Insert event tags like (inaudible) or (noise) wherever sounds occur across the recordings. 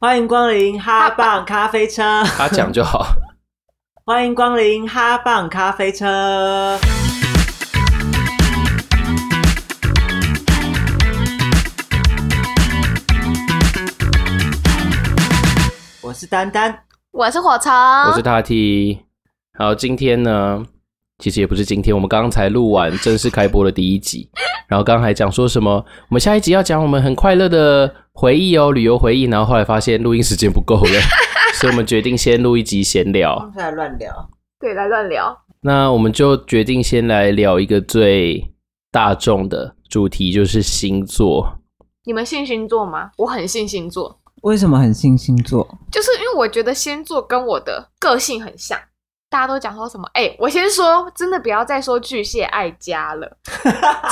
欢迎光临哈棒咖啡车，他讲就 (laughs) 好。欢迎光临哈棒咖啡车。我是丹哦丹，我是火虫，我是大 T。好，今天呢，其实也不是今天，我们刚才录完正式开播的第 (laughs) 一集，然后刚才讲说什么，我们下一集要讲我们很快乐的回忆哦，旅游回忆。然后后来发现录音时间不够 (laughs) 了，所以我们决定先录一集闲聊。刚才乱聊，对，来乱聊。那我们就决定先来聊一个最大众的主题，就是星座。你们信星座吗？我很信星座，为什么很信星座？就是因为我觉得星座跟我的个性很像。大家都讲说什么？哎、我先说，真的不要再说巨蟹爱家了。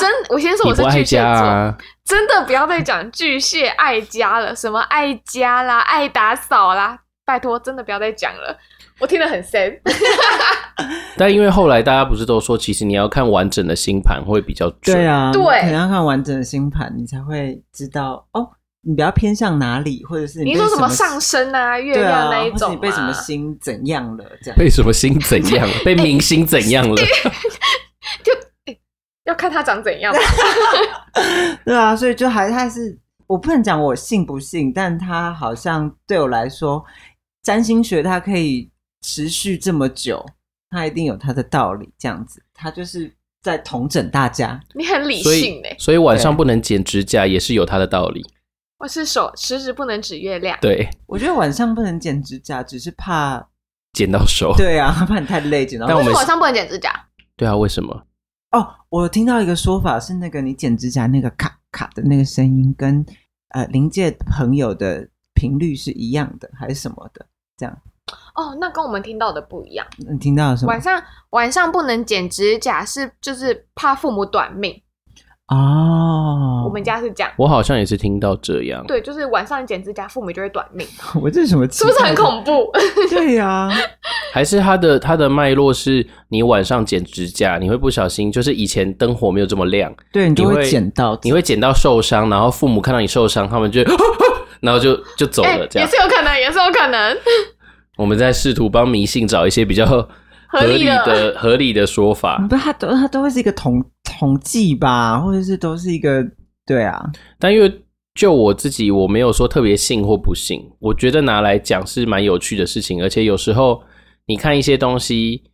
真，我先说你我是不爱巨蟹座，家啊？真的不要再讲巨蟹爱家了，什么爱家啦、爱打扫啦，拜托，真的不要再讲了。我听得很 sad，但因为后来大家不是都说，其实你要看完整的星盘会比较准。对啊，对你可能要看完整的星盘，你才会知道哦，你比较偏向哪里，或者是你你被说什什么上升啊、月对亮啊，那一或是种、啊，你被什么星怎样了？ (laughs) 这样被什么星怎样？被明星怎样了？哎要看他长怎样吧。 (laughs) 对啊，所以就还还是我不能讲我信不信，但它好像对我来说，占星学它可以持续这么久，它一定有它的道理。这样子，它就是在统整大家。你很理所性以哎、，所以晚上不能剪指甲也是有它的道理。我是手食指不能指月亮。对，我觉得晚上不能剪指甲，只是怕剪到手。对啊， (laughs) 怕你太累剪到但我为什们么晚上不能剪指甲？对啊，为什么？哦，我听到一个说法是，那个你剪指甲那个咔咔的那个声音，跟呃临界朋友的频率是一样的，还是什么的？哦，那跟我们听到的不一样。你听到了什么晚？上晚上不能剪指甲是就是怕父母短命，哦，我们家是这样。我好像也是听到这样。对，就是晚上剪指甲，父母就会短 (laughs) 命， (laughs) 我这是什么？是不是很？恐怖？对呀、还是它的它的脉络是你晚上剪指甲，你会不小心，就是以前灯火没有这么亮，对你就你会会捡到，你会剪到受伤，然后父母看到你受伤，他们就 (laughs) 然后就就走 (laughs) 哎、了。这也样是，有可能，也是有可能。我们在试图帮迷信找一些比较合合理理的的合理的说法。不，它都它都会是一个统统计吧，或者是都是一个对啊，但因为就我自己，我没有说特别信或不信，我觉得拿来讲是蛮有趣的事情，而且有时候你看一些东西，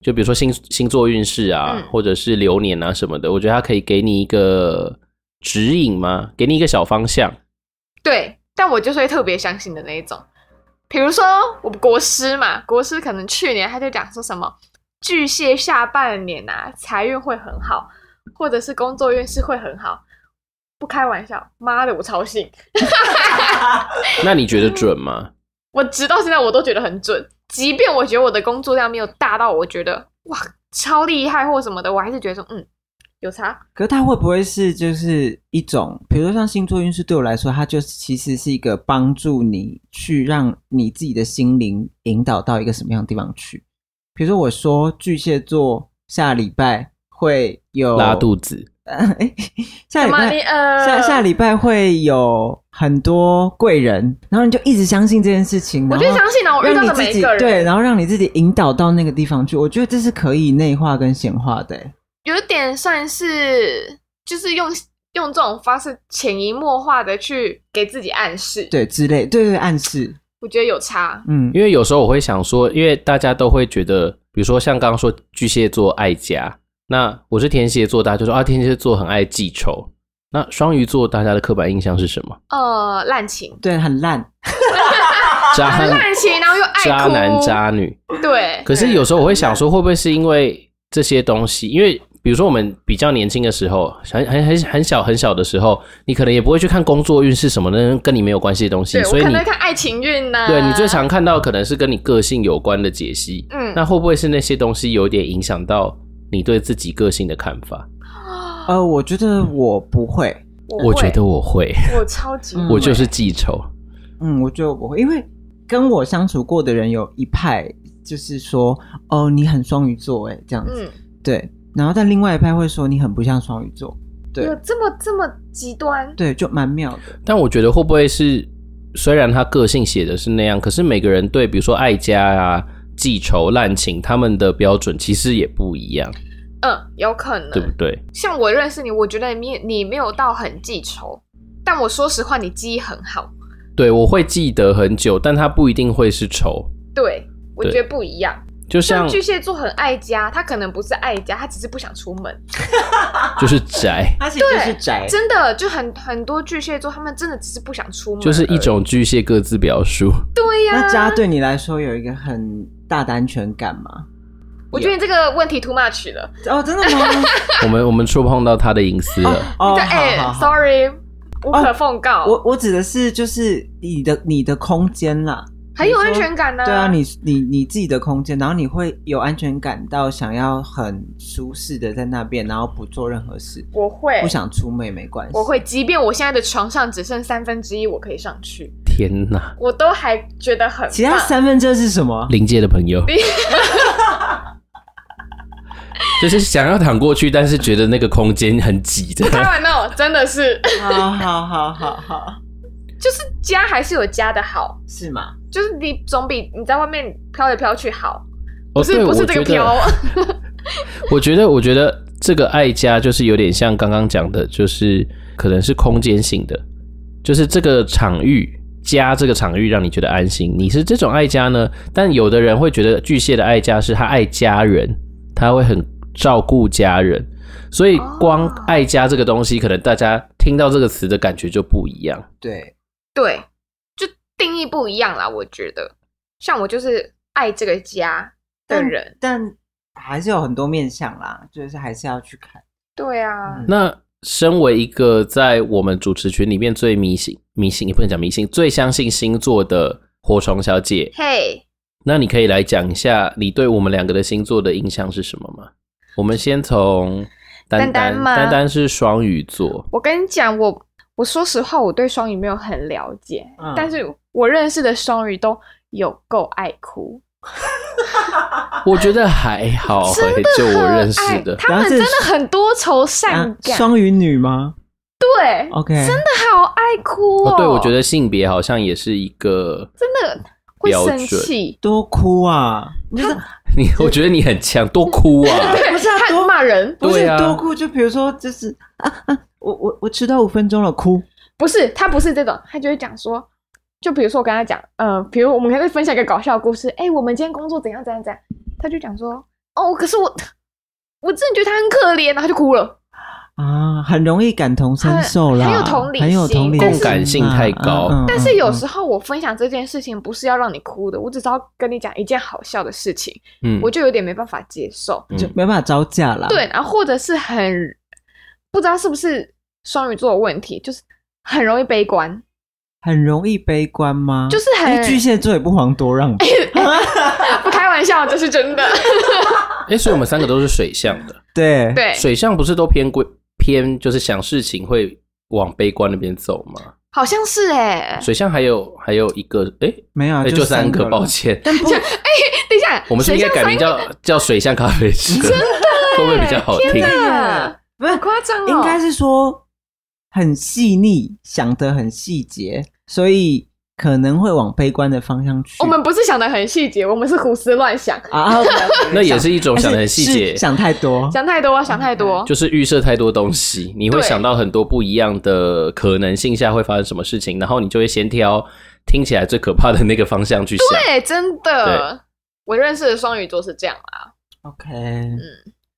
就比如说星星座运势啊，嗯或者是流年啊什么的，我觉得它可以给你一个指引嘛，给你一个小方向。对，但我就是会特别相信的那一种。比如说我国师嘛，国师可能去年他就讲说什么巨蟹下半年啊财运会很好，或者是工作运势会很好。不开玩笑，妈的，我超信，那你觉得准吗？我直到现在我都觉得很准。即便我觉得我的工作量没有大到我觉得哇超厉害或什么的，我还是觉得说嗯有差。可是它会不会是就是一种，比如说像星座运势，对我来说，它就其实是一个帮助你去让你自己的心灵引导到一个什么样的地方去。比如说我说巨蟹座下礼拜会有拉肚，子，哎， (laughs) 下礼妈拜你呃下下礼拜会有很多贵人，然后你就一直相信这件事情，我就然后相信了，啊我遇到让你的自每己一个人，对，然后让你自己引导到那个地方去。我觉得这是可以内化跟显化的、嗯欸有点算是就是用用这种方式潜移默化的去给自己暗示，，对之类，对对暗示，我觉得有差，嗯，因为有时候我会想说，因为大家都会觉得，比如说像刚刚说巨蟹座爱家，那我是天蝎座，大家就说啊，天蝎座很爱记仇。那双鱼座大家的刻板印象是什么？呃，滥 (laughs) 情，对，很烂。渣很滥情，然后又爱哭，渣男渣女。对，可是有时候我会想说，会不会是因为这些东西？因为比如说我们比较年轻的时候，很很很很小很小的时候，你可能也不会去看工作运势什么的，跟你没有关系的东西，对我所以可你能会看爱情运啊呐、对你最常看到可能是跟你个性有关的解析。嗯那会不会是那些东西有点影响到你对自己个性的看法？嗯呃，我觉得我不会，我会觉得我会，我超级嗯会我就是记仇。嗯，我觉得我不会，因为跟我相处过的人有一派就是说，哦，你很双鱼座，哎，这样子，嗯，对。然后但另外一派会说你很不像双鱼座，对有这么这么极端，对，就蛮妙的。但我觉得会不会是虽然他个性写的是那样，可是每个人对比如说爱家啊、记仇、滥情他们的标准其实也不一样，嗯，有可能。对不对？像我认识你，我觉得你你没有到很记仇，但我说实话，你记忆很好。对，我会记得很久，但他不一定会是仇。对，我对觉得不一样。 (laughs) 就像像巨蟹座很爱家，他可能不是爱家，他只是不想出门。就是 (laughs) 宅，他其实就是宅，真的就很很多巨蟹座，他们真的只是不想出门而已，就是一种巨蟹各自表述。对呀、那家对你来说有一个很大的安全感吗？我觉得你这个问题 too much 了。哦，真的吗？我们我们触碰到他的隐私了。哦，对，好哎、好好 s o r r y 无可奉告。我我指的是就是你的你的空间啦，很有安全感呢、对啊，你你你自己的空间，然后你会有安全感到想要很舒适的在那边，然后不做任何事，我会，不想出门也没关系。我会，即便我现在的床上只剩三分之一，我可以上去，天哪，我都还觉得很棒。其他三分之二是什么？临界的朋 (laughs) 友，就是想要躺过去，但是觉得那个空间很挤的。开玩笑，真的是， (laughs) 好好好好好，就是家还是有家的好，是吗？就是你总比你在外面飘来飘去好，哦，不是对，不我是这觉个飘得，， (laughs) 我觉得，我觉得这个爱家就是有点像刚刚讲的，就是可能是空间性的，就是这个场域。家这个场域让你觉得安心，你是这种爱家呢？但有的人会觉得巨蟹的爱家是他爱家人，他会很照顾家人，所以光哦爱家这个东西，可能大家听到这个词的感觉就不一样。对，对，就定义不一样啦。我觉得，像我就是爱这个家的嗯人，但还是有很多面向啦，就是还是要去看。对啊，嗯那身为一个在我们主持群里面最迷信、迷信也不能讲迷信，最相信星座的火虫小姐，嘿、那你可以来讲一下你对我们两个的星座的印象是什么吗？我们先从丹丹丹丹，吗丹丹是双鱼座，我跟你讲，我我说实话，我对双鱼没有很了解，嗯但是我认识的双鱼都有够爱哭，我觉得还好、真欸，就我认识爱的，他们真的很多愁善啊感，双鱼女吗对， ？OK，真的好爱哭哦。哦，对，我觉得性别好像也是一个真的会标生准气，多哭啊！不是你，我觉得你很强，多哭啊！ (laughs) 对，不是啊他多骂人，不对是啊多哭，就比如说就是啊啊，我我我迟到五分钟了，哭。不是他不是这种，他就会讲说。就比如说我跟他讲，呃，比如我们可以分享一个搞笑的故事，哎、我们今天工作怎样怎样怎样，他就讲说，哦，可是我，我真的觉得他很可怜，然后他就哭了。啊，很容易感同身受啦，很很有同理心很有同理心啊，但是共感性太高嗯但是有时候，候我分享这件事情不是要让你哭的，我只是要跟你讲一件好笑的事情，嗯，我就有点没办法接受。嗯就没办法招架啦。对，然后或者是很不知道是不是双鱼座的问题，就是很容易悲 (laughs) 观，很容易悲观吗？就是很哎巨蟹座也不遑多让 (laughs) 吧。不开玩笑，这是真的。哎、所以我们三个都是水象的。对，对，水象不是都偏归偏，就是想事情会往悲观那边走吗？好像是哎、水象还有还有一个，哎、没有啊诶就三个个，了抱。歉，但不，等一下，我们是不是应该改名水象叫叫水象咖啡师， (laughs) 会不会比较好听？三叫个不是好夸张哦，应该是说很细腻，想得很细节，所以可能会往悲观的方向去。我们不是想的很细节，我们是胡思乱想， (laughs) 啊， (laughs) 那也是一种想的很细是节，想太多。想太多，啊想太嗯多。就是预设太多东西，你会对想到很多不一样的可能性下会发生什么事情，然后你就会先挑听起来最可怕的那个方向去想，对，哎真的，我认识的双鱼座是这样啊。 OK，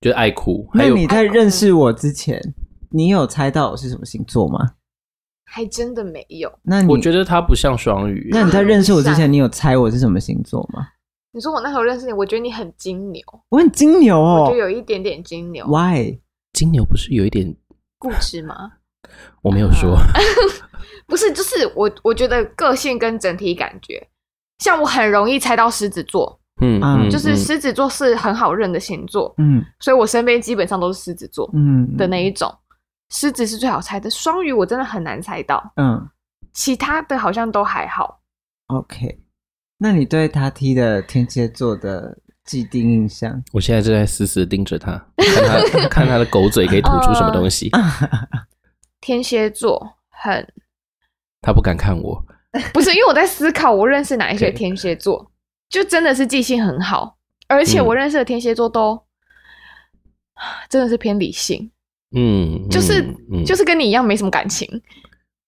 就是爱哭。还那有你在嗯认识我之前，你有猜到我是什么星座吗？还真的没有。那你我觉得他不像双鱼，那你在认识我之前，你有猜我是什么星座吗？你说我那时候认识你，我觉得你很金牛，我很金牛我哦就有一点点金牛，Why？金牛不是有一点，固执吗？我没有说。啊不是，就是我我觉得个性跟整体感觉，像我很容易猜到狮子座，嗯嗯就是嗯狮子座是很好认的星座，嗯所以我身边基本上都是狮子座嗯的那一种。狮子是最好猜的，双鱼我真的很难猜到，嗯其他的好像都还好。 ，OK。那你对他踢的天蝎座的既定印象？我现在正在死死地盯着他，看他 (laughs) 看他的狗嘴可以吐出什么哦东西。天蝎座很他不敢看我，不是，因为我在思考我认识哪一些天蝎座，就真的是记性很好，而嗯且我认识的天蝎座都、啊真的是偏理性，嗯，就是、嗯就是跟你一样没什么感情，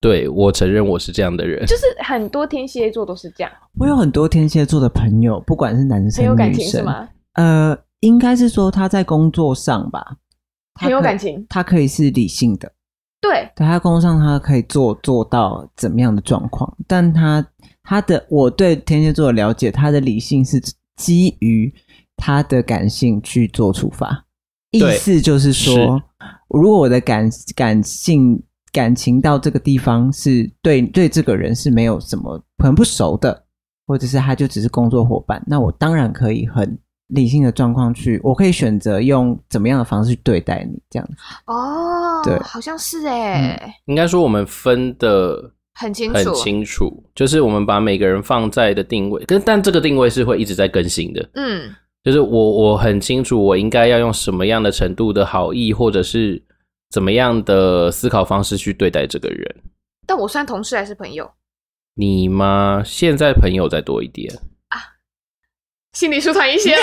对我承认我是这样的人，就是很多天蝎座都是这样，我有很多天蝎座的朋友，不管是男生很有感女情是生吗？呃，应该是说他在工作上吧，他很有可感情，他可以是理性的，对，对他在工作上他可以做做到怎么样的状况，但他他的我对天蝎座的了解，他的理性是基于他的感性去做处罚，意对思就是说，是如果我的感感性感情到这个地方是对对这个人是没有什么很不熟的，或者是他就只是工作伙伴，那我当然可以很。理性的状况去，我可以选择用怎么样的方式去对待你，这样子。哦，对好像是哎、应该说我们分的很清楚，嗯很清楚，就是我们把每个人放在的定位，跟但这个定位是会一直在更新的，嗯，就是我我很清楚我应该要用什么样的程度的好意，或者是怎么样的思考方式去对待这个人。但我算同事还是朋友，你吗？现在朋友再多一点，心理舒坦一些了。 (laughs)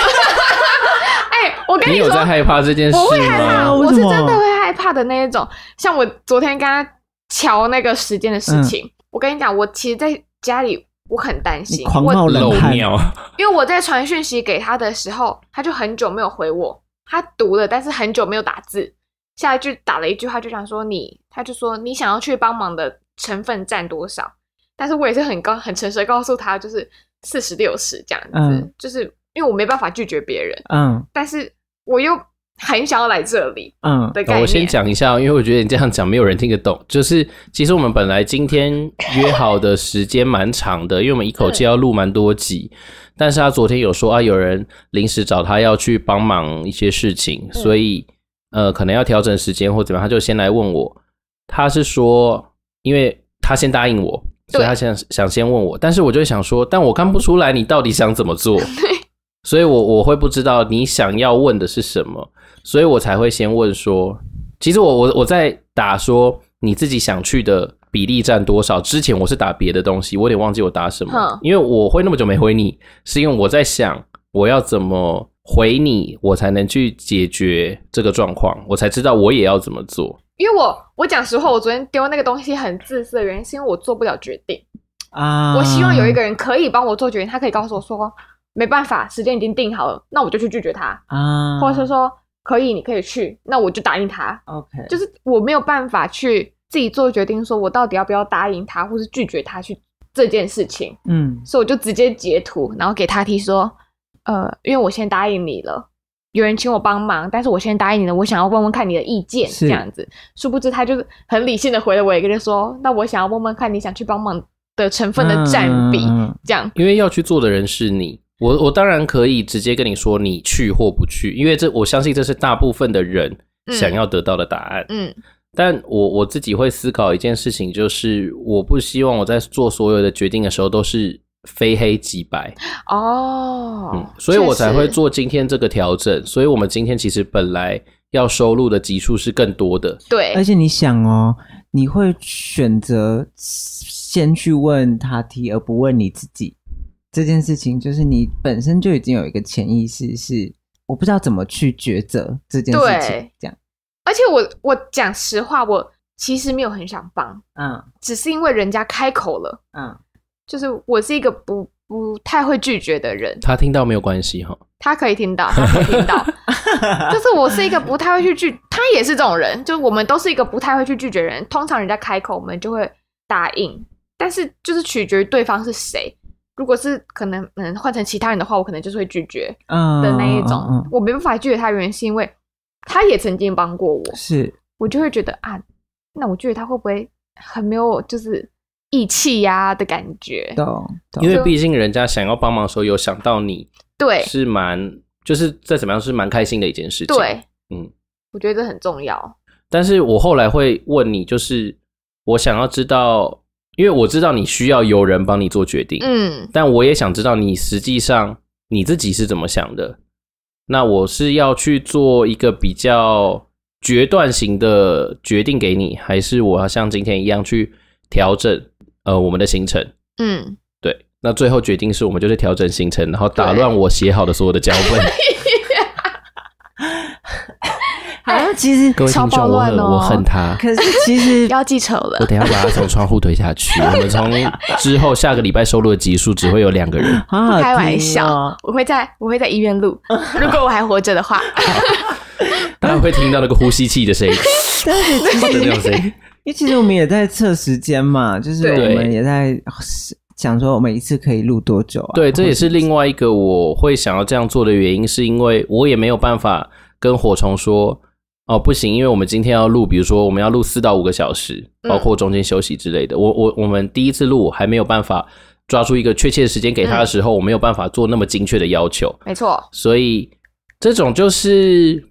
哎、我跟你有说，在害怕这件事我会害怕，吗？为我是什么真的会害怕的那一种。像我昨天跟他瞧那个时间的事情，我跟你讲，我其实在家里我很担嗯你心，狂我冒冷漏汗，尿，因为我在传讯息给他的时候，他就很久没有回我，他读了，但是很久没有打字。下一句打了一句话，就想说你，他就说你想要去帮忙的成分占多少？但是我也是很高很诚实的告诉他，就是四十六十这样子，嗯就是因为我没办法拒绝别人，嗯但是我又很想要来这里嗯，的概念。我先讲一下，因为我觉得你这样讲没有人听得懂。 (laughs) 就是其实我们本来今天约好的时间蛮长的，因为我们一口气要录蛮多集。但是他昨天有说啊，有人临时找他要去帮忙一些事情，嗯所以呃，可能要调整时间或怎么样，他就先来问我。他是说，因为他先答应我，所对以他想想先问我，但是我就会想说，但我看不出来你到底想怎 (laughs) 么做，所以我我会不知道你想要问的是什么，所以我才会先问说，其实我我我在打说你自己想去的比例占多少之前，我是打别的东西，我有点忘记我打什么哼，因为我会那么久没回你，是因为我在想我要怎么回你，我才能去解决这个状况，我才知道我也要怎么做。因为我我讲实话，我昨天丢那个东西很自私的原因，是因为我做不了决定。啊我希望有一个人可以帮我做决定，他可以告诉我说，没办法，时间已经定好了，那我就去拒绝他，啊，或者是说可以，你可以去，那我就答应他。 OK，就是我没有办法去自己做决定，说我到底要不要答应他，或是拒绝他去这件事情，嗯所以我就直接截图，然后给他提说，呃，因为我先答应你了。有人请我帮忙，但是我先答应你了，我想要问问看你的意见，是这样子。殊不知他就是很理性的回了我一个，就说：“那我想要问问看你想去帮忙的成分的占比。嗯嗯嗯这样因为要去做的人是你，我我当然可以直接跟你说你去或不去，因为这我相信这是大部分的人嗯想要得到的答案。嗯，但我我自己会思考一件事情，就是我不希望我在做所有的决定的时候都是非黑即白，哦，嗯，所以我才会确实，做今天这个调整。所以我们今天其实本来要收录的集数是更多的，而对，且你想哦，你会选择先去问他提，而不问你自己这件事情，就是你本身就已经有一个潜意识是。我不知道怎么去抉择这件事情对，这样，而且我我讲实话，我其实没有很想帮，嗯只是因为人家开口了，嗯，就是我是一个不不太会拒绝的人，他听到没有关系哈。他可以听到，他可以听 (laughs) 到，就是我是一个不太会去拒，他也是这种人，就我们都是一个不太会去拒绝的人。通常人家开口，我们就会答应，但是就是取决于对方是谁。如果是可能，嗯，换成其他人的话，我可能就是会拒绝嗯的那一种。嗯嗯我没办法拒绝他，原因是因为他也曾经帮过我，是我就会觉得啊，那我拒绝他会不会很没有就是义气呀、的感觉？懂懂，因为毕竟人家想要帮忙的时候有想到你，对是蛮就是再怎么样是蛮开心的一件事情。对，嗯，我觉得这很重要。但是我后来会问你，就是我想要知道，因为我知道你需要有人帮你做决定，嗯，但我也想知道你实际上你自己是怎么想的。那我是要去做一个比较决断型的决定给你，还是我要像今天一样去调整呃我们的行程？嗯，对，那最后决定是我们就是调整行程，然后打乱我写好的所有的脚 (laughs) 本。好像哎其实，各位听众，超暴我乱很哦我恨他，可是其 (laughs) 实要记仇了我。等一下把他从窗户推下 (laughs) 去。我们从之后下个礼拜收录的集数只会有两 (laughs) 个人。好好不开玩听笑哦，我会在我会在医院 (laughs) 录，如果我还活着的话。 (laughs) 大家会听到那个呼吸器的声音， (laughs) 但是其的实那种声音。因为其实我们也在测时间嘛，就是对我们也在想说我们一次可以录多久啊？对，这也是或者另外一个我会想要这样做的原因，是因为我也没有办法跟火虫说哦，不行，因为我们今天要录，比如说我们要录四到五个小时，嗯包括中间休息之类的。我我我们第一次录还没有办法抓住一个确切的时间给他的时候，我没有办法做那么精确的要求，没错，所以这种就是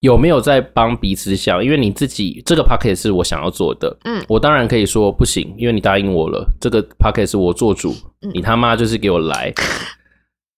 有没有在帮彼此想，因为你自己这个 pocket 是我想要做的，嗯我当然可以说不行，因为你答应我了，这个 pocket 是我做主，嗯你他妈就是给我 (laughs) 来。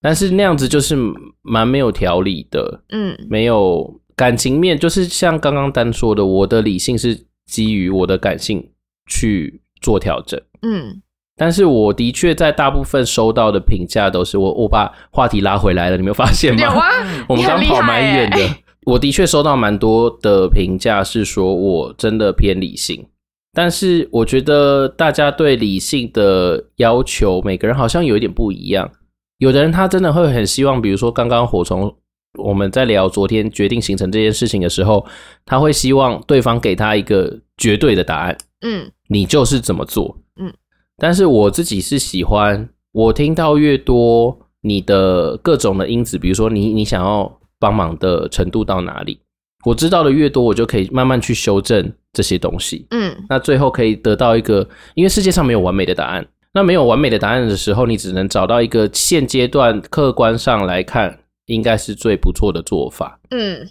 但是那样子就是蛮没有条理的，嗯没有感情面，就是像刚刚丹说的，我的理性是基于我的感性去做调整。嗯，但是我的确在大部分收到的评价都是我我把话题拉回来了，你没有发现吗？有啊， (laughs) 我你们很刚厉跑害蛮欸远的。我的确收到蛮多的评价，是说我真的偏理性，但是我觉得大家对理性的要求，每个人好像有一点不一样。有的人他真的会很希望，比如说刚刚火虫我们在聊昨天决定行程这件事情的时候，他会希望对方给他一个绝对的答案，嗯你就是怎么做。嗯，但是我自己是喜欢，我听到越多你的各种的因子，比如说你你想要帮忙的程度到哪里，我知道的越多，我就可以慢慢去修正这些东西。嗯那最后可以得到一个，因为世界上没有完美的答案。那没有完美的答案的时候，你只能找到一个现阶段客观上来看应该是最不错的做法。嗯，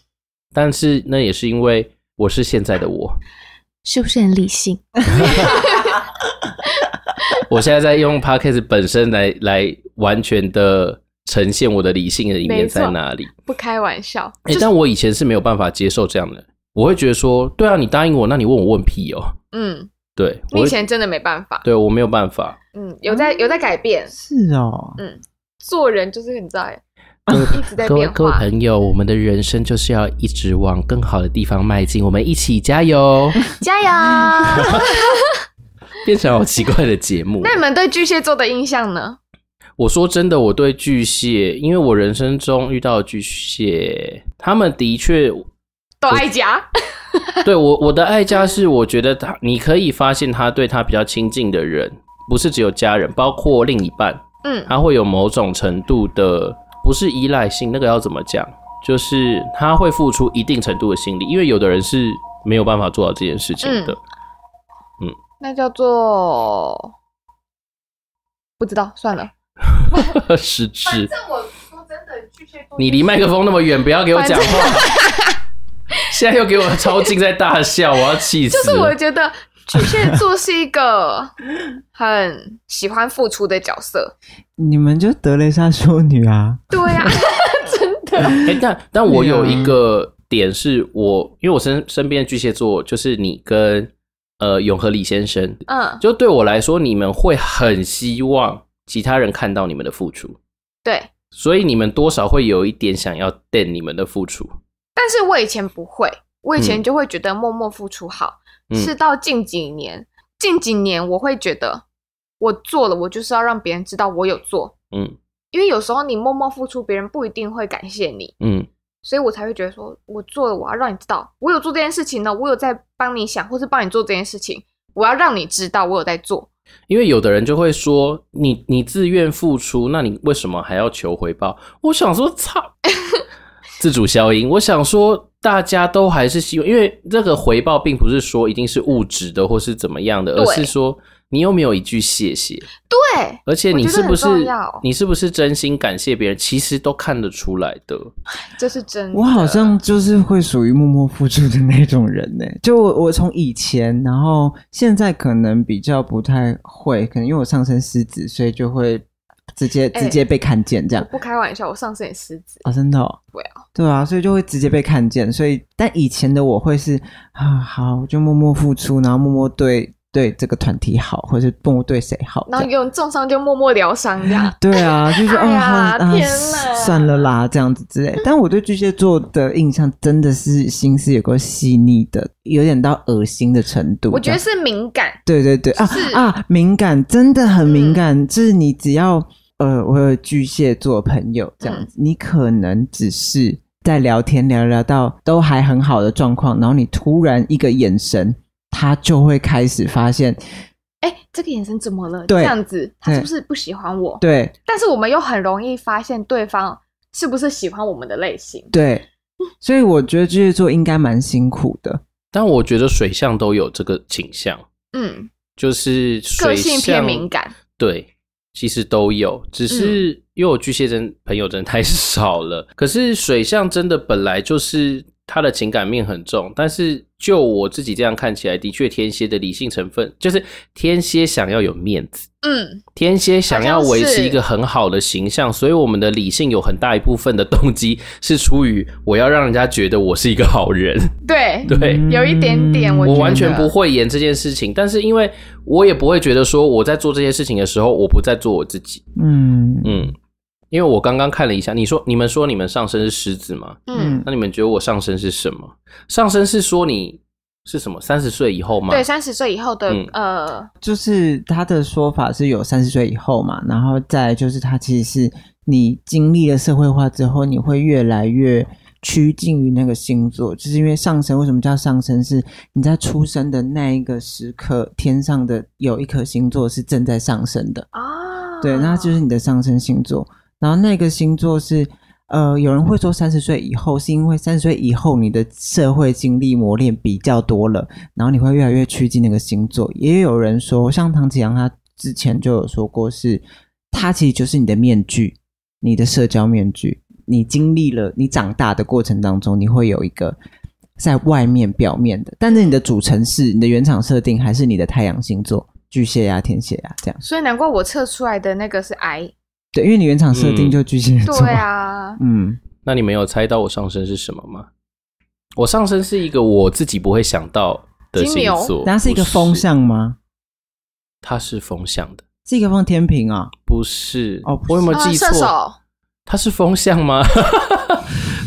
但是那也是因为我是现在的我，是不是很理性？我现在在用 podcast 本身来来完全的呈现我的理性的一面在哪里。不开玩笑，诶但我以前是没有办法接受这样的，我会觉得说，对啊，你答应我，那你问我问屁哦。嗯，对，你我以前真的没办法，对我没有办法，嗯，有在有在改变，是哦，做人就是你知道， (laughs) 一直在各位变各位化，朋友，我们的人生就是要一直往更好的地方迈进，我们一起 (laughs) 加油，加油！ (laughs) 变成好奇怪的节目。那你们对巨蟹座的印象呢？我说真的，我对巨蟹，因为我人生中遇到的巨蟹，他们的确都爱家， (laughs) 对我我的爱家是，我觉得他你可以发现他对他比较亲近的人，不是只有家人，包括另一半，嗯他会有某种程度的不是依赖性，那个要怎么讲？就是他会付出一定程度的心力，因为有的人是没有办法做到这件事情的。 (laughs) 那叫做不知道，算了。嗯 (laughs) 失智，我说真的，巨蟹座你离麦克风那么远，不要给我讲话。 (laughs) 现在又给我超近在大笑，我要气死就是了。我觉得巨蟹座是一个很喜欢付出的角色。你们就德雷莎修女啊，对呀、真的。 (laughs) 哎、但但我有对啊一个点是我，因为我身身边的巨蟹座就是你跟呃永和李先生， (laughs) 嗯，就对我来说，你们会很希望其他人看到你们的付出，对。所以你们多少会有一点想要瞪你们的付出。但是我以前不会，我以前嗯就会觉得默默付出好，嗯是到近几年，近几年我会觉得我做了，我就是要让别人知道我有做，嗯因为有时候你默默付出，别人不一定会感谢你。嗯所以我才会觉得说，我做了，我要让你知道，我有做这件事情呢，我有在帮你想，或是帮你做这件事情，我要让你知道我有在做。因为有的人就会说，你你自愿付出，那你为什么还要求回报？我想说， (laughs) 操，自主消音。我想说，大家都还是希望，因为这个回报并不是说一定是物质的或是怎么样的，对而是说你有没有一句谢谢，对，而且你是不是我觉得很重要你是不是真心感谢别人，其实都看得出来的。这是真的。我好像就是会属于默默付出的那种人呢、就我我从以前，然后现在可能比较不太会，可能因为我上升狮子，所以就会直接哎直接被看见这样。不开玩笑，我上身也狮子，啊，真的、哦，对啊，对啊，所以就会直接被看见。所以，但以前的我会是啊，好，我就默默付出，然后默默对对这个团体好，或者是动物对谁好。然这后样。有种伤就默默疗伤这样 (laughs) 对啊，就是哦，哎呀好，啊天哪算了啦，这样子之 (laughs) 类。但我对巨蟹座的印象真的是心思有够细腻的，有点到恶心的程度。我觉得这样是敏感，对对对啊是嗯啊，敏感真的很敏感，就是你只要呃，我有巨蟹座朋嗯友这样子，你可能只是在聊天聊聊到都还很好的状况，然后你突然一个眼神，他就会开始发现，哎，这个眼神怎么了？对这样子，他对是不是不喜欢我？对但是我们又很容易发现对方是不是喜欢我们的类型。对，所以我觉得巨蟹座应该蛮辛苦的，但我觉得水象都有这个倾向，嗯，就是个水性象偏敏感，对，其实都有，只是嗯因为我巨蟹真朋友真的太 (laughs) 少了。可是水象真的本来就是他的情感面很重，但是就我自己这样看起来，的确天蝎的理性成分就是天蝎想要有面子，嗯，天蝎想要好像维是持一个很好的形象，所以我们的理性有很大一部分的动机是出于我要让人家觉得我是一个好人，对，对。有一点点我我觉完全得不会演这件事情，但是因为我也不会觉得说我在做这些事情的时候，我不在做我自己。嗯嗯，因为我刚刚看了一下，你说你们说你们上身是狮子吗？嗯，那你们觉得我上身是什么？上身是说你是什么？三十岁以后吗？对，三十岁以后的嗯呃，就是他的说法是有三十岁以后嘛，然后再来就是他其实是你经历了社会化之后，你会越来越趋近于那个星座，就是因为上升为什么叫上升？是你在出生的那一个时刻，天上的有一颗星座是正在上升的，啊，对，那就是你的上升星座。然后那个星座是，呃，有人会说三十岁以后，是因为三十岁以后你的社会经历磨练比较多了，然后你会越来越趋近那个星座。也有人说，像唐启阳他之前就有说过是，他其实就是你的面具，你的社交面具。你经历了你长大的过程当中，你会有一个在外面表面的，但是你的主城市、你的原厂设定还是你的太阳星座，巨蟹呀、天蝎啊呀、这样。所以难怪我测出来的那个是 (laughs) 癌。对，因为你原厂设定嗯就巨蟹座。对，啊， (laughs) 嗯，那你们有猜到我上身是什么吗？我上身是一个我自己不会想到的金星牛座，然后是一个风不是，向吗？它是风向的，是一个放天平啊、不是？哦不是我有没有啊记错？射手它是风向吗？ (laughs)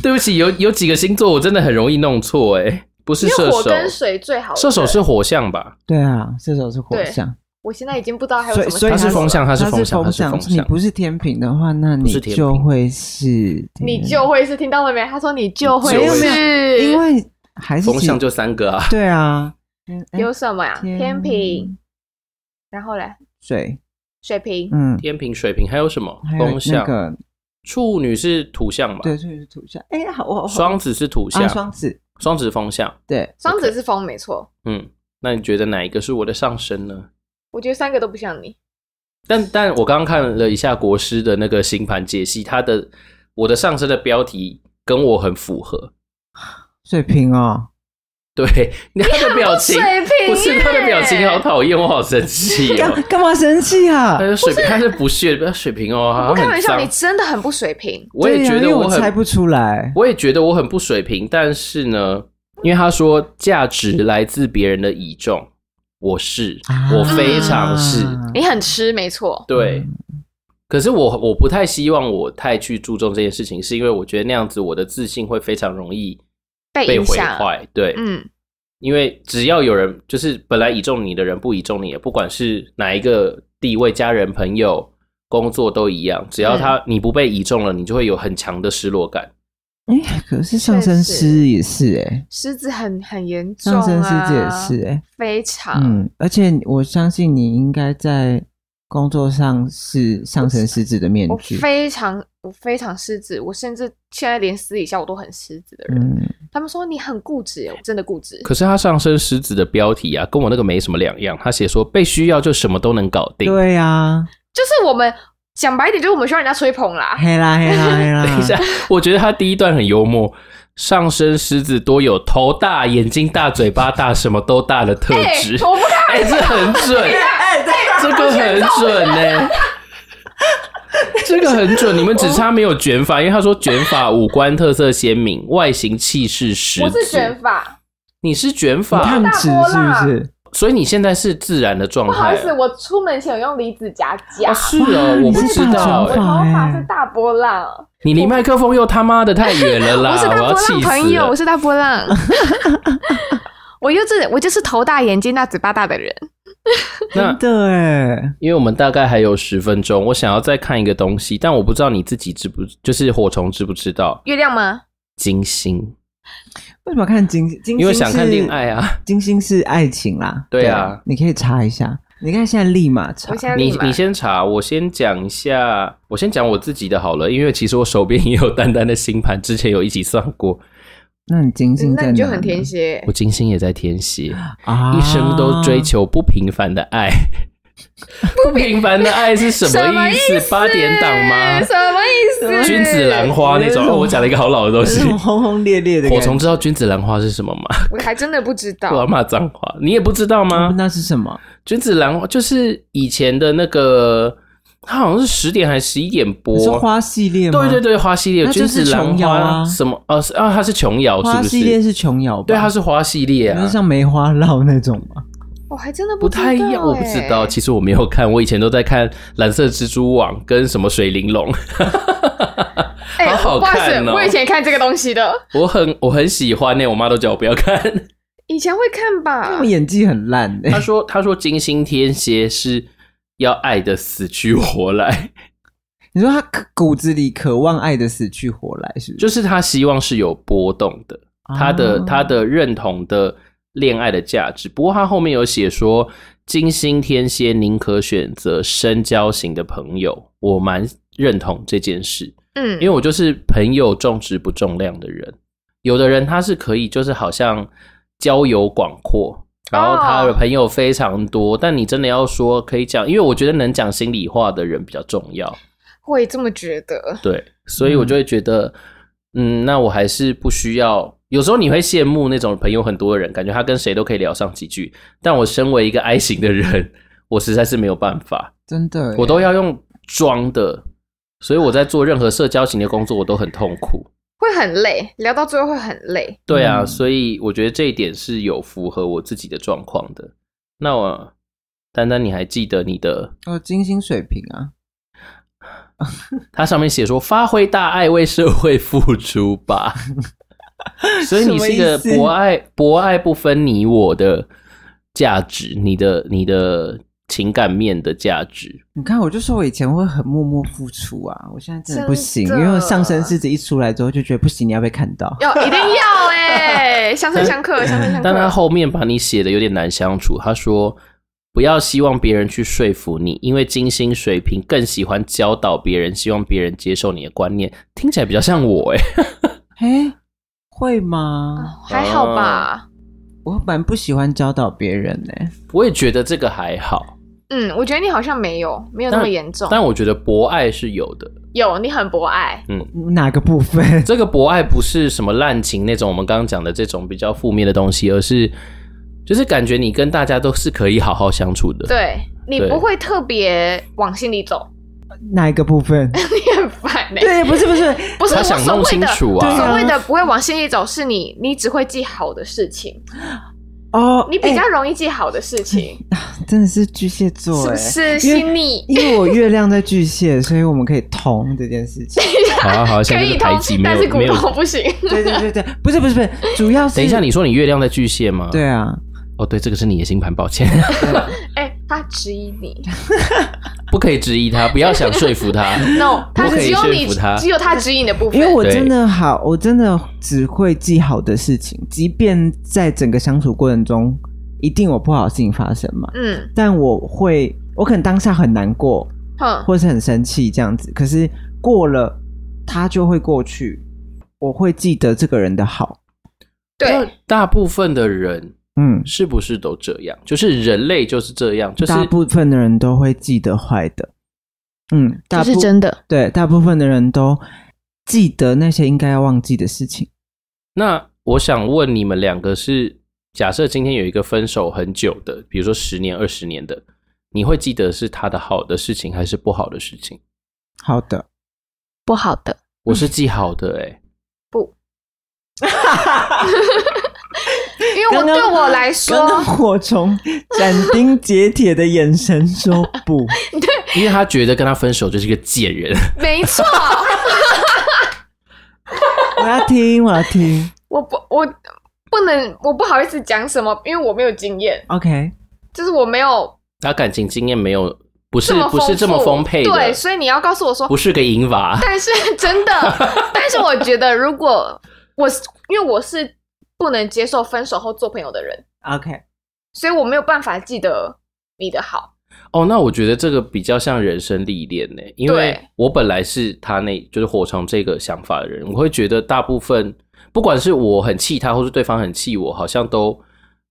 对不起，有有几个星座我真的很容易弄错，哎，不是因为射火手，跟水最好。射手是火象吧？对啊，射手是火对象，我现在已经不知道还有所什以么所以它星是座风了向，它是它风向，向，它是风你向。不是天平的话，那不你是天平就会是你就会是听到了没？他说你就会没有没有是，因为还是风向就三个啊，对啊，嗯哎有什么呀？天天平，然后嘞，水，水瓶，嗯，天平、水瓶还有什么还？有风那象，个处女是土象吧？对，所以是土象。哎，好，我我双子是土啊，象，双子，双子风象。对，双子是风，没错。嗯，那你觉得哪一个是我的上升呢？我觉得三个都不像你，但但我刚刚看了一下国师的那个星盘解析，他的我的上升的标题跟我很符合， (laughs) 水瓶哦，对，他的表情水瓶不是他的表情，哦耶好讨厌，我好 (laughs) 生气哦干。干嘛生气啊他？是水瓶，他是不屑，不要水瓶哦，我好开像很玩笑，你脏。真的很不水平。我也对啊觉因得为我很猜不出来我也觉得我很不水平，但是呢，因为他说价值来自别人的倚重，我是，啊我非常是，你很吃，没错。对。可是我我不太希望我太去注重这件事情，是因为我觉得那样子我的自信会非常容易被被影毁响坏。对，嗯，因为只要有人就是本来倚重你的人不倚重你的，不管是哪一个地位、家人、朋友、工作都一样，只要嗯他、你不被倚重了，你就会有很强的失落感。哎，可是上升确实狮也是哎，狮子很很严重上啊，升狮子也是哎、欸，非常。嗯，而且我相信你应该在工作上是上升狮子的面我具，非常我非常狮子，我甚至现在连私底下我都很狮子的人。嗯，他们说你很固执耶，我真的固执。可是他上升狮子的标题啊，跟我那个没什么两样。他写说被需要就什么都能搞定。对啊，就是我们讲白一点，就是我们需要人家吹捧啦。黑啦黑 (laughs) 啦黑啦，等一下，我觉得他第一段很幽默。上升狮子多有头大、眼睛大、嘴巴大、什么都大的特哎质。我不看，哎、这很 (laughs) 准，哎这个很准呢、这个很准，你们只差没有卷发，因为他说卷发五官特色鲜明，外形气势十足。我是卷发，你是卷你发，看直是不是？所以你现在是自然的状不好态啊意思，我出门前有用离子夹夹哦，，是哦，我不你是知大道我头的欸，发头发欸是大波浪，你离麦克风又他妈的太远了啦， (laughs) 我是我大波要气浪朋死友，了我。是大波浪。 (laughs) 我就是我就是头大眼睛大嘴巴大的人，那真的哎，因为我们大概还有十分钟，我想要再看一个东西，但我不知道你自己知不，就是火虫知不知道月亮吗？金星，为什么看金金星？因为想看恋爱啊。金星是爱情啦，对啊你可以查一下。你看现在立马查我，现在你立马你先查，我先讲一下，我先讲我自己的好了，因为其实我手边也有丹丹的星盘，之前有一起算过，那你金星在那哪？你就很天蝎我，金星也在天蝎，啊，一生都追求不平凡的 (laughs) 爱。不平凡的爱是什么意思？八点档吗？什么意思？ (laughs) 君子兰花那种？有一种哦我讲了一个好老的东这 (laughs) 西。种轰轰烈哎烈的火感觉虫知道君子兰花是什么吗？我还真的不知我要道。骂脏话，你也不知道吗？那是什么？君子兰花就是以前的那个，它好像是十点还是十一点播你。是花系列吗？对对，对，花系列，那君就是子兰琼瑶花啊什么？哦，是啊，它是琼瑶是花不系列是？是琼瑶吧？对，它是花系列不啊是。像梅花烙那种 (laughs) 吗？我还真的不知道太一样，我不知欸道。其实我没有看，我以前都在看《蓝色蜘蛛网》跟什么《水玲珑》哎，好好不好意看思，哦我以前看这个东西的，我很我很喜欢呢、欸我妈都叫我不要看。以前会看吧他们。演技很烂 (laughs) 欸她诶，说她说金星天蝎是要爱的死去活来， (laughs) 你说他可骨子里渴望爱的死去活来，是不是？就是她希望是有波动的，她的啊她的认同的恋爱的价值。不过她后面有写说，金星天蝎宁可选择深交型的朋友，我蛮认同这件事。嗯因为我就是朋友重质不重量的人。有的人他是可以，就是好像交友广阔，然后他的朋友非常多。但你真的要说可以讲，因为我觉得能讲心里话的人比较重要。会这么觉得。对，所以我就会觉得，嗯那我还是不需要。有时候你会羡慕那种朋友很多的人，感觉他跟谁都可以聊上几句。但我身为一个 I 型的人，我实在是没有办法，真的欸耶，我都要用装的。所以我在做任何社交型的工作，我都很痛苦。会很累，聊到最后会很累。对啊，嗯所以我觉得这一点是有符合我自己的状况的。那我丹丹，你还记得你的？哦，金星水平啊，它上面写说发挥大爱，为社会付出吧。 (laughs) 所以你是一个什么意思博爱博爱不分你我的价值，你的你的情感面的价值。你看，我就说我以前会很默默付出啊，我现在真的不行，真的因为我上升狮子一出来之后就觉得不行，你要被看到。要一定要哎、 (laughs) 相生相克，相生相克。但他后面把你写的有点难相处。他说不要希望别人去说服你，因为金星水平更喜欢教导别人，希望别人接受你的观念。听起来比较像我哎、哎、会吗？还好哦吧，我蛮不喜欢教导别人欸呢、 (laughs) 我也觉得这个还好，嗯，我觉得你好像没有没有那么严重，但我觉得博爱是有的。有你很博爱，哪个部分？ (laughs) 这个博爱不是什么滥情那种我们刚刚讲的这种比较负面的东西，而是就是感觉你跟大家都是可以好好相处的。对你对不会特别往心里走， (laughs) 哪一个部分？你很烦 (laughs) 哎、对，不是不是，不是他我想所弄谓清的。楚对啊啊，所谓的不会往心里走，是你，你只会记好的事情，哦，你比哎较容易记好的事 (laughs) 情，真的是巨蟹座、是哎，不是？因为心里因为我月亮在巨蟹，所以我们可以同这件 (laughs) 事情。好啊好啊，现可在这以个通排挤，没但是有骨没有。头不行。 (laughs) 对对对对，不是不是不是，主要是等一下，你说你月亮在巨蟹吗？对啊，哦，对，这个是你的星盘，抱歉，哎、他质疑你不可以质疑他，不要想说服他。 (laughs) ，no，不他可以只有你说服他，只有他质疑你的部分。因为我真的好，我真的只会记好的事情，即便在整个相处过程中，一定有不好的事情发生嘛。嗯但我会，我可能当下很难过，哼，或是很生气这样子，可是过了，它就会过去。我会记得这个人的好，那 (laughs) 对，大部分的人嗯，是不是都这样？就是人类就是这样，就是大部分的人都会记得坏的，嗯，大部的。对，大部分的人都记得那些应该要忘记的事情。那我想问你们两个是，假设今天有一个分手很久的，比如说十年、二十年的，你会记得是他的好的事情还是不好的事情？好的，不好的，我是记好的、欸，哎，因因为我刚刚对我来说，刚刚火虫斩钉截铁的眼神说 (laughs) 不，因为他觉得跟他分手就是一个贱人。 (laughs) (laughs) 没错，我要听，我要听。我不我不能，我不好意思讲什么，因为我没有经验， OK，就是我没有他感情经验没有，不是这么丰不富是这么丰沛的，对，所以你要告诉我说不，是个银娃。但是真的， (laughs) 但是我觉得如果我是因为我是不能接受分手后做朋友的人， OK，所以我没有办法记得你的好，哦，那我觉得这个比较像人生历练呢，因为对我本来是他那就是火虫这个想法的人，我会觉得大部分不管是我很气他，或是对方很气我，好像都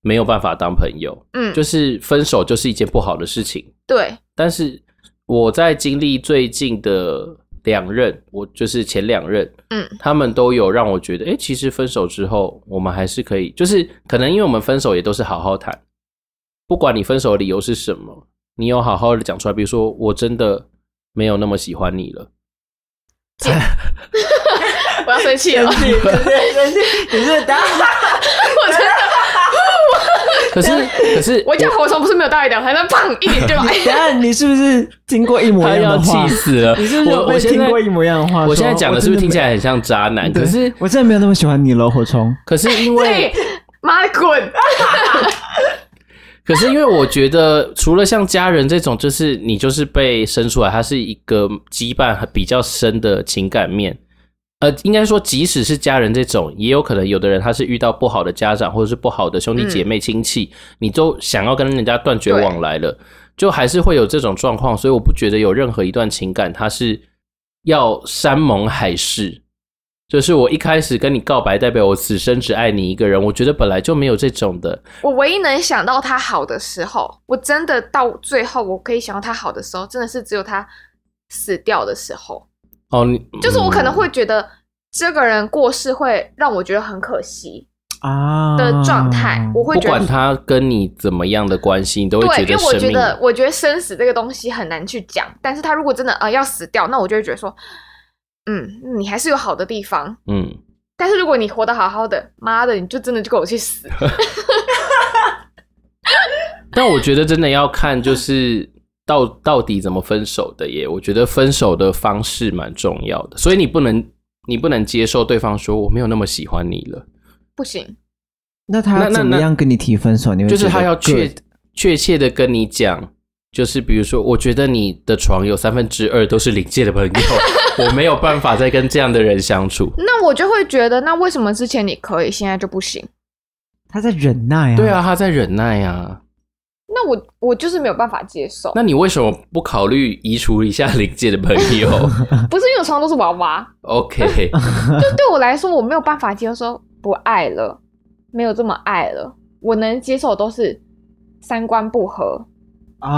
没有办法当朋友，嗯，就是分手就是一件不好的事情。对，但是我在经历最近的两任，我就是前两任，嗯，他们都有让我觉得，哎、其实分手之后，我们还是可以，就是可能因为我们分手也都是好好谈，不管你分手的理由是什么，你有好好的讲出来，比如说我真的没有那么喜欢你了，我要生气了， (laughs) 生气，生气，你是打我真的，可 (laughs) 是可 (laughs) 是我讲火虫不是没有道理的，反正砰一点就 (laughs) 来。等一下，你是不是听过一模他一样要 (laughs) 的话气？死了，你是不是有我被我现听在过一模一样的话？我现在说讲的是不是听起？来我很像渣男？真的没可是对我真的没有那么喜欢你了，火虫。可是因为对，妈的滚！可是因为我觉得，除了像家人这种，就是你就是被生出来，它是一个羁绊比较深的情感面。呃，应该说，即使是家人这种，也有可能有的人他是遇到不好的家长，或者是不好的兄弟姐妹、亲戚，你都想要跟人家断绝往来了，就还是会有这种状况。所以我不觉得有任何一段情感它是要山盟海誓。就是我一开始跟你告白，代表我此生只爱你一个人。我觉得本来就没有这种的，我唯一能想到他好的时候，我真的到最后我可以想到他好的时候，真的是只有他死掉的时候。哦，你就是我可能嗯会觉得这个人过世会让我觉得很可惜啊的状态，我会嗯不觉管得他跟你怎么样的关系，你都会对，因为我生觉命得我觉得生死这个东西很难去讲，但是他如果真的呃要死掉，那我就会觉得说，嗯，你还是有好的地方。嗯，但是如果你活得好好的，妈的，你就真的就给我去死！但我觉得真的要看就是到到底怎么分手的耶。我觉得分手的方式蛮重要的，所以你不能你不能接受对方说我没有那么喜欢你了，不行，那他那要那怎么样跟你提分手？你会就是觉得他要 good？确确切的跟你讲。就是比如说，我觉得你的床有三分之二都是临界的朋友， (laughs) 我没有办法再跟这样的人相处。那我就会觉得，那为什么之前你可以，现在就不行？他在忍耐啊。对啊，，他在忍耐啊。那我我就是没有办法接受，那你为什么不考虑移除一下临界的朋友不是因为我从来都是娃娃， ？OK，就对我来说，我没有办法接受说不爱了，没有这么爱了。我能接受都是三观不合、啊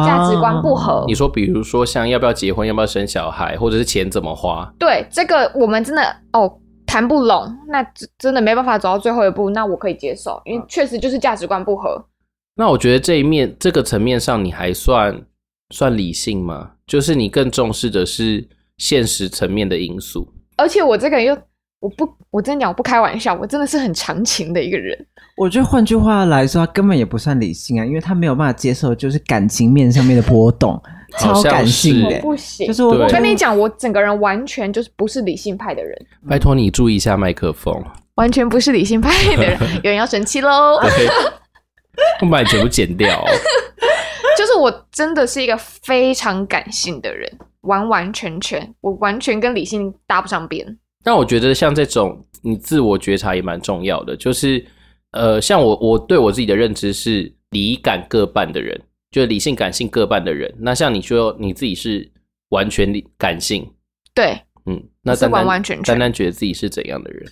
价值观不好。合。你说，比如说像要不要结婚，要不要生小孩，或者是钱怎么花，对这个，我们真的哦谈不拢，那真真的没办法走到最后一步，那我可以接受，因为确实就是价值观不合。那我觉得这一面这个层面上，你还算算理性吗？就是你更重视的是现实层面的因素。而且我这个人又我不，我真的讲我不开玩笑，我真的是很长情的一个人。我觉得换句话来说，他根本也不算理性啊，因为他没有办法接受就是感情面上面的波动，好像超感性是我的。不行，就是我对我跟觉你得讲，我整个人完全就是不是理性派的人，拜托你注意一下麦克风，完全不是理性派 (laughs) 的人，有人要生气喽。对，我把你全部剪掉哦、就是我真的是一个非常感性的人，完完全全，我完全跟理性搭不上边。但我觉得像这种你自我觉察也蛮重要的，就是呃，像我我对我自己的认知是理感各半的人，就是理性感性各半的人。那像你说你自己是完全理感性，对，嗯，那我是丹丹完完全全丹丹觉得自己是怎样的 (laughs) 人？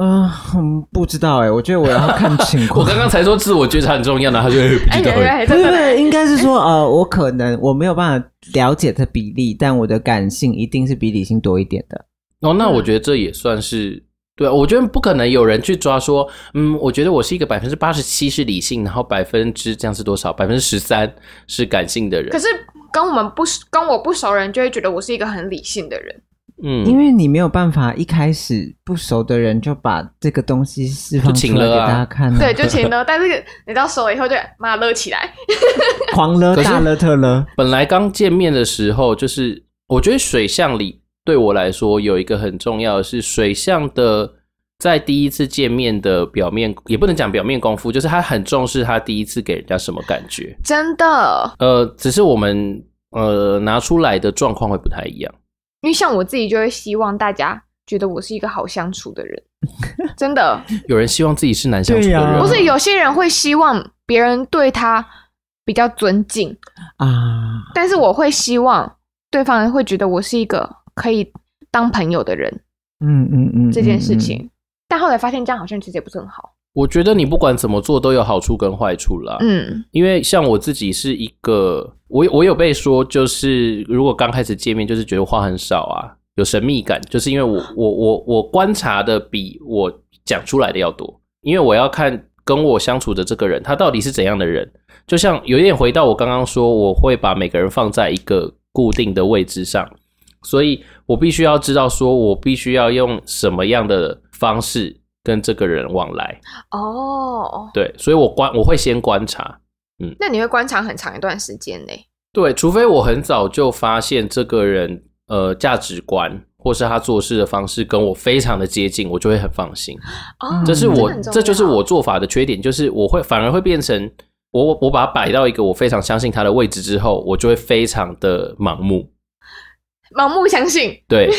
嗯、嗯不知道哎、我觉得我要看情 (laughs) 我况。刚刚才说自我觉察很重要，(laughs) 然后他就哎哎，不知道对哎。对不是对不对对，是，应该是说，呃，我可能我没有办法了解的比例，但我的感性一定是比理性多一点的。哦，嗯那我觉得这也算是。对啊，我觉得不可能有人去抓说，嗯，我觉得我是一个百分之八十七是理性，然后百分之这样是多少？百分之十三是感性的人。可是跟我们不熟跟我不熟人就会觉得我是一个很理性的人，嗯，因为你没有办法一开始不熟的人就把这个东西释放就请出来给了啊大家看、啊，对，就请了，但是你到手了以后就妈勒起来，狂了可是大了特了，本来刚见面的时候，就是我觉得水象里对我来说有一个很重要的是水象的。在第一次见面的表面，也不能讲表面功夫，就是他很重视他第一次给人家什么感觉。真的。呃，只是我们呃拿出来的状况会不太一样。因为像我自己就会希望大家觉得我是一个好相处的 (laughs) 人，真的有人希望自己是难相处的人对吗，呀不是有些人会希望别人对他比较尊敬，啊，但是我会希望对方会觉得我是一个可以当朋友的人嗯嗯嗯，这件事嗯情。但后来发现这样好像其实也不是很好。我觉得你不管怎么做都有好处跟坏处啦。嗯，因为像我自己是一个，我我有被说，就是如果刚开始见面，就是觉得话很少啊，有神秘感，就是因为我我我我观察的比我讲出来的要多，因为我要看跟我相处的这个人他到底是怎样的人。就像有点回到我刚刚说，我会把每个人放在一个固定的位置上，所以我必须要知道，说我必须要用什么样的方式跟这个人往来。哦，对，所以我观我会先观察。那你会观察很长一段时间呢？对，除非我很早就发现这个人呃价值观或是他做事的方式跟我非常的接近，我就会很放心。哦，嗯这是我、很重要这就是我做法的缺点，就是我会反而会变成我我把它摆到一个我非常相信他的位置之后，我就会非常的盲目。 (laughs) 盲目相信 (laughs) 对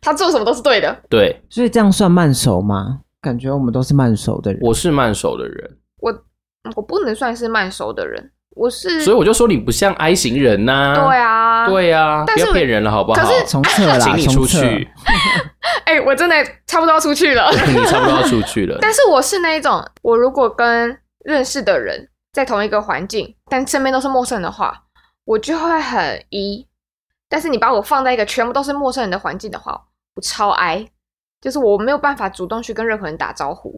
他做什么都是对的。对，所以这样算慢熟吗？感觉我们都是慢熟的人。我是慢手的人，嗯我不能算是慢熟的人，我是所以我就说你不像 I 型人呐、嗯对啊，对啊，但不是要骗人了好不好？可是从侧啦，请你出从侧去，哎、我真的差不多要出去 (laughs) 了。你差不多要出去了。 (laughs) 但是我是那一种，我如果跟认识的人在同一个环境，但身边都是陌生人的话，我就会很一。但是你把我放在一个全部都是陌生人的环境的话，我超哀，就是我没有办法主动去跟任何人打招呼。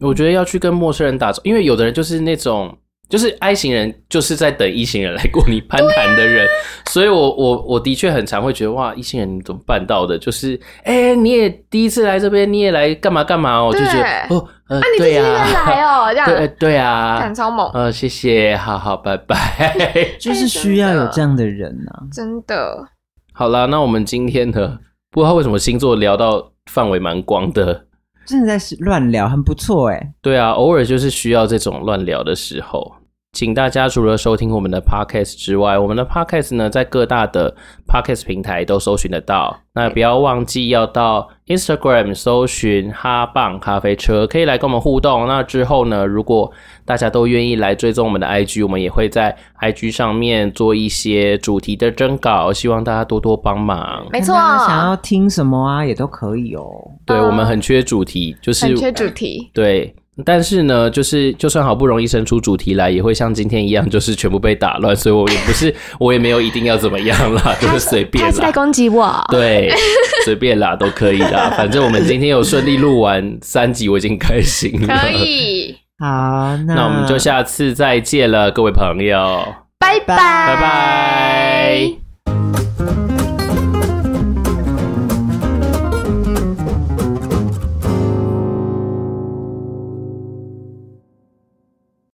我觉得要去跟陌生人打招呼，因为有的人就是那种，就是 I 型人，就是在等一型人来过你攀谈的啊人，所以我我我的确很常会觉得哇，一，E 型人你怎么办到的？就是哎、你也第一次来这边，你也来干嘛干嘛哦，我就对觉得哦，呃啊，你对这是呀、来哦，这样对呃对啊干，超猛，呃，谢谢，好好，拜拜。 (laughs) 就是需要有这样的人啊。真的。好啦，那我们今天呢，不知道为什么星座聊到范围蛮广的，真的在是乱聊，很不错哎、对啊，偶尔就是需要这种乱聊的时候。请大家除了收听我们的 podcast 之外，我们的 podcast 呢在各大的 podcast 平台都搜寻得到。那不要忘记要到 Instagram 搜寻哈棒咖啡车，可以来跟我们互动。那之后呢，如果大家都愿意来追踪我们的 IG，我们也会在 IG 上面做一些主题的征稿，希望大家多多帮忙。没错看大家想要听什么啊，也都可以哦。对我们很缺主题，就是啊很缺主题，对，但是呢，就是就算好不容易生出主题来，也会像今天一样，就是全部被打乱，所以我也不是， (laughs) 我也没有一定要怎么样啦，就是随便啦。攻击我。对，随便啦，都可以 (laughs) 啦。反正我们今天有顺利录完三集，我已经开心了。可，以，好，那那我们就下次再见了，各位朋友。拜拜，拜拜。